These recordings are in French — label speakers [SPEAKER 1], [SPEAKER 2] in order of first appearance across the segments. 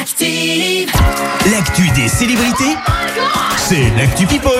[SPEAKER 1] Active,
[SPEAKER 2] L'actu des célébrités, c'est l'actu People.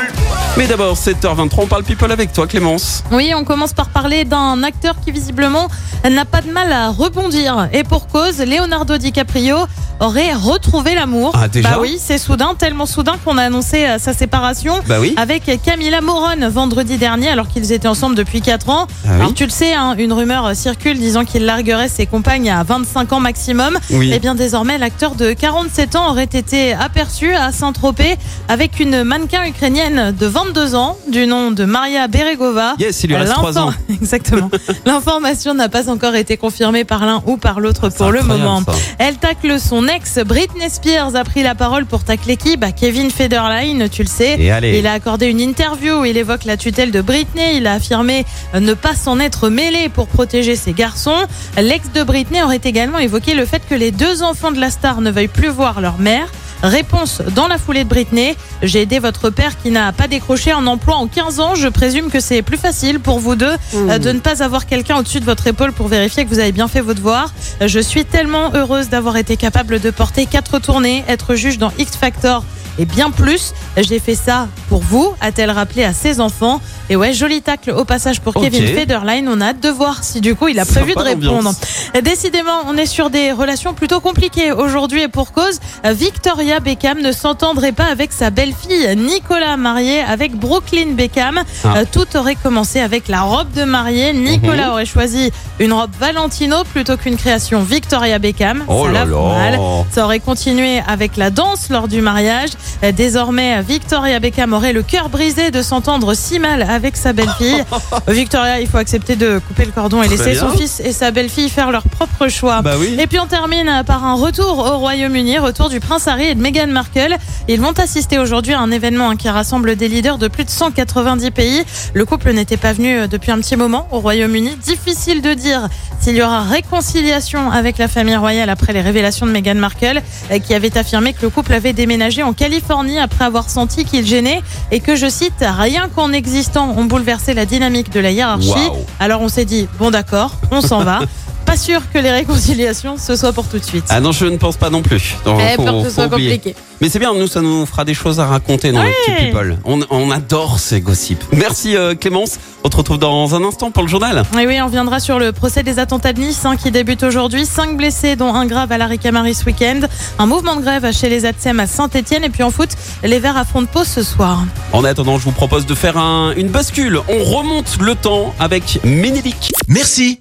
[SPEAKER 3] Mais d'abord, 7h23, on parle people avec toi, Clémence.
[SPEAKER 4] Oui, on commence par parler d'un acteur qui visiblement n'a pas de mal à rebondir. Et pour cause, Leonardo DiCaprio aurait retrouvé l'amour.
[SPEAKER 3] Ah, déjà
[SPEAKER 4] Bah oui, c'est soudain, tellement soudain qu'on a annoncé euh, sa séparation
[SPEAKER 3] Bah oui.
[SPEAKER 4] avec Camila Morone vendredi dernier, alors qu'ils étaient ensemble depuis 4 ans.
[SPEAKER 3] Ah oui.
[SPEAKER 4] Alors tu le sais, hein, une rumeur circule disant qu'il larguerait ses compagnes à 25 ans maximum.
[SPEAKER 3] Oui.
[SPEAKER 4] Et bien désormais, l'acteur de 47 ans aurait été aperçu à Saint-Tropez avec une mannequin ukrainienne de 22 ans du nom de Maria Beregova.
[SPEAKER 3] Yes, il lui reste 3
[SPEAKER 4] L'infor-
[SPEAKER 3] ans.
[SPEAKER 4] Exactement. L'information n'a pas encore été confirmée par l'un ou par l'autre pour le
[SPEAKER 3] Ah, Incroyable,
[SPEAKER 4] moment.
[SPEAKER 3] ça.
[SPEAKER 4] Elle tacle son ex Britney Spears a pris la parole pour tacler qui bah, Kevin Federline, tu le sais.
[SPEAKER 3] Et allez.
[SPEAKER 4] Il a accordé une interview où il évoque la tutelle de Britney. Il a affirmé euh, ne pas s'en être mêlé pour protéger ses garçons. L'ex de Britney aurait également évoqué le fait que les deux enfants de la star ne veuillent plus voir leur mère. Réponse dans la foulée de Britney. J'ai aidé votre père qui n'a pas décroché un emploi en 15 ans. Je présume que c'est plus facile pour vous deux
[SPEAKER 3] Mmh.
[SPEAKER 4] euh, de ne pas avoir quelqu'un au-dessus de votre épaule pour vérifier que vous avez bien fait vos devoirs. Euh, Je suis tellement heureuse d'avoir été capable de porter quatre tournées, être juge dans X Factor et bien plus. J'ai fait ça pour vous, a-t-elle rappelé à ses enfants. Et ouais, joli tacle au passage pour
[SPEAKER 3] Ok.
[SPEAKER 4] Kevin Federline. On a hâte de voir si du coup il a prévu de
[SPEAKER 3] Sympa
[SPEAKER 4] répondre.
[SPEAKER 3] l'ambiance.
[SPEAKER 4] Décidément, on est sur des relations plutôt compliquées aujourd'hui et pour cause. Victoria Beckham ne s'entendrait pas avec sa belle-fille Nicolas, mariée avec Brooklyn Beckham.
[SPEAKER 3] Ah. Mhm.
[SPEAKER 4] Euh, Tout aurait commencé avec la robe de mariée. Nicolas aurait choisi une robe Valentino plutôt qu'une création Victoria Beckham.
[SPEAKER 3] Oh
[SPEAKER 4] Ça
[SPEAKER 3] là
[SPEAKER 4] la fout mal.
[SPEAKER 3] là.
[SPEAKER 4] Ça aurait continué avec la danse lors du mariage. Euh, Désormais, Victoria Beckham aurait le cœur brisé de s'entendre si mal avec sa belle-fille. Victoria, il faut accepter de couper le cordon et
[SPEAKER 3] Très
[SPEAKER 4] laisser
[SPEAKER 3] bien.
[SPEAKER 4] son fils et sa belle-fille faire leur propre choix.
[SPEAKER 3] Bah oui.
[SPEAKER 4] Et puis on termine par un retour au Royaume-Uni, retour du prince Harry et de Meghan Markle. Ils vont assister aujourd'hui à un événement hein, qui rassemble des leaders de plus de 190 pays. Le couple n'était pas venu euh, depuis un petit moment au Royaume-Uni. Difficile de dire s'il y aura réconciliation avec la famille royale après les révélations de Meghan Markle, euh, qui avait affirmé que le couple avait déménagé en Californie après avoir senti qu'il gênait et que, je cite, rien qu'en existant, on bouleversait la dynamique de la hiérarchie.
[SPEAKER 3] Waouh.
[SPEAKER 4] Alors on s'est dit, bon d'accord, on s'en va. Pas sûr que les réconciliations, ce soit pour tout de suite.
[SPEAKER 3] Ah non, je ne pense pas non plus. Non,
[SPEAKER 4] Eh,
[SPEAKER 3] faut-
[SPEAKER 4] peur que ce
[SPEAKER 3] faut
[SPEAKER 4] soit
[SPEAKER 3] oublier.
[SPEAKER 4] compliqué.
[SPEAKER 3] Mais c'est bien, nous, ça nous fera des choses à raconter dans les petits people. On, on adore ces gossips. Merci euh, Clémence. On te retrouve dans un instant pour le journal.
[SPEAKER 4] Et oui, on viendra sur le procès des attentats de Nice hein, qui débute aujourd'hui. Cinq blessés, dont un grave à la Ricamari ce week-end. Un mouvement de grève chez les ATSEM à Saint-Etienne. Et puis en foot, les Verts affrontent Pau ce soir.
[SPEAKER 3] En attendant, je vous propose de faire un- une bascule. On remonte le temps avec Ménélique.
[SPEAKER 2] Merci,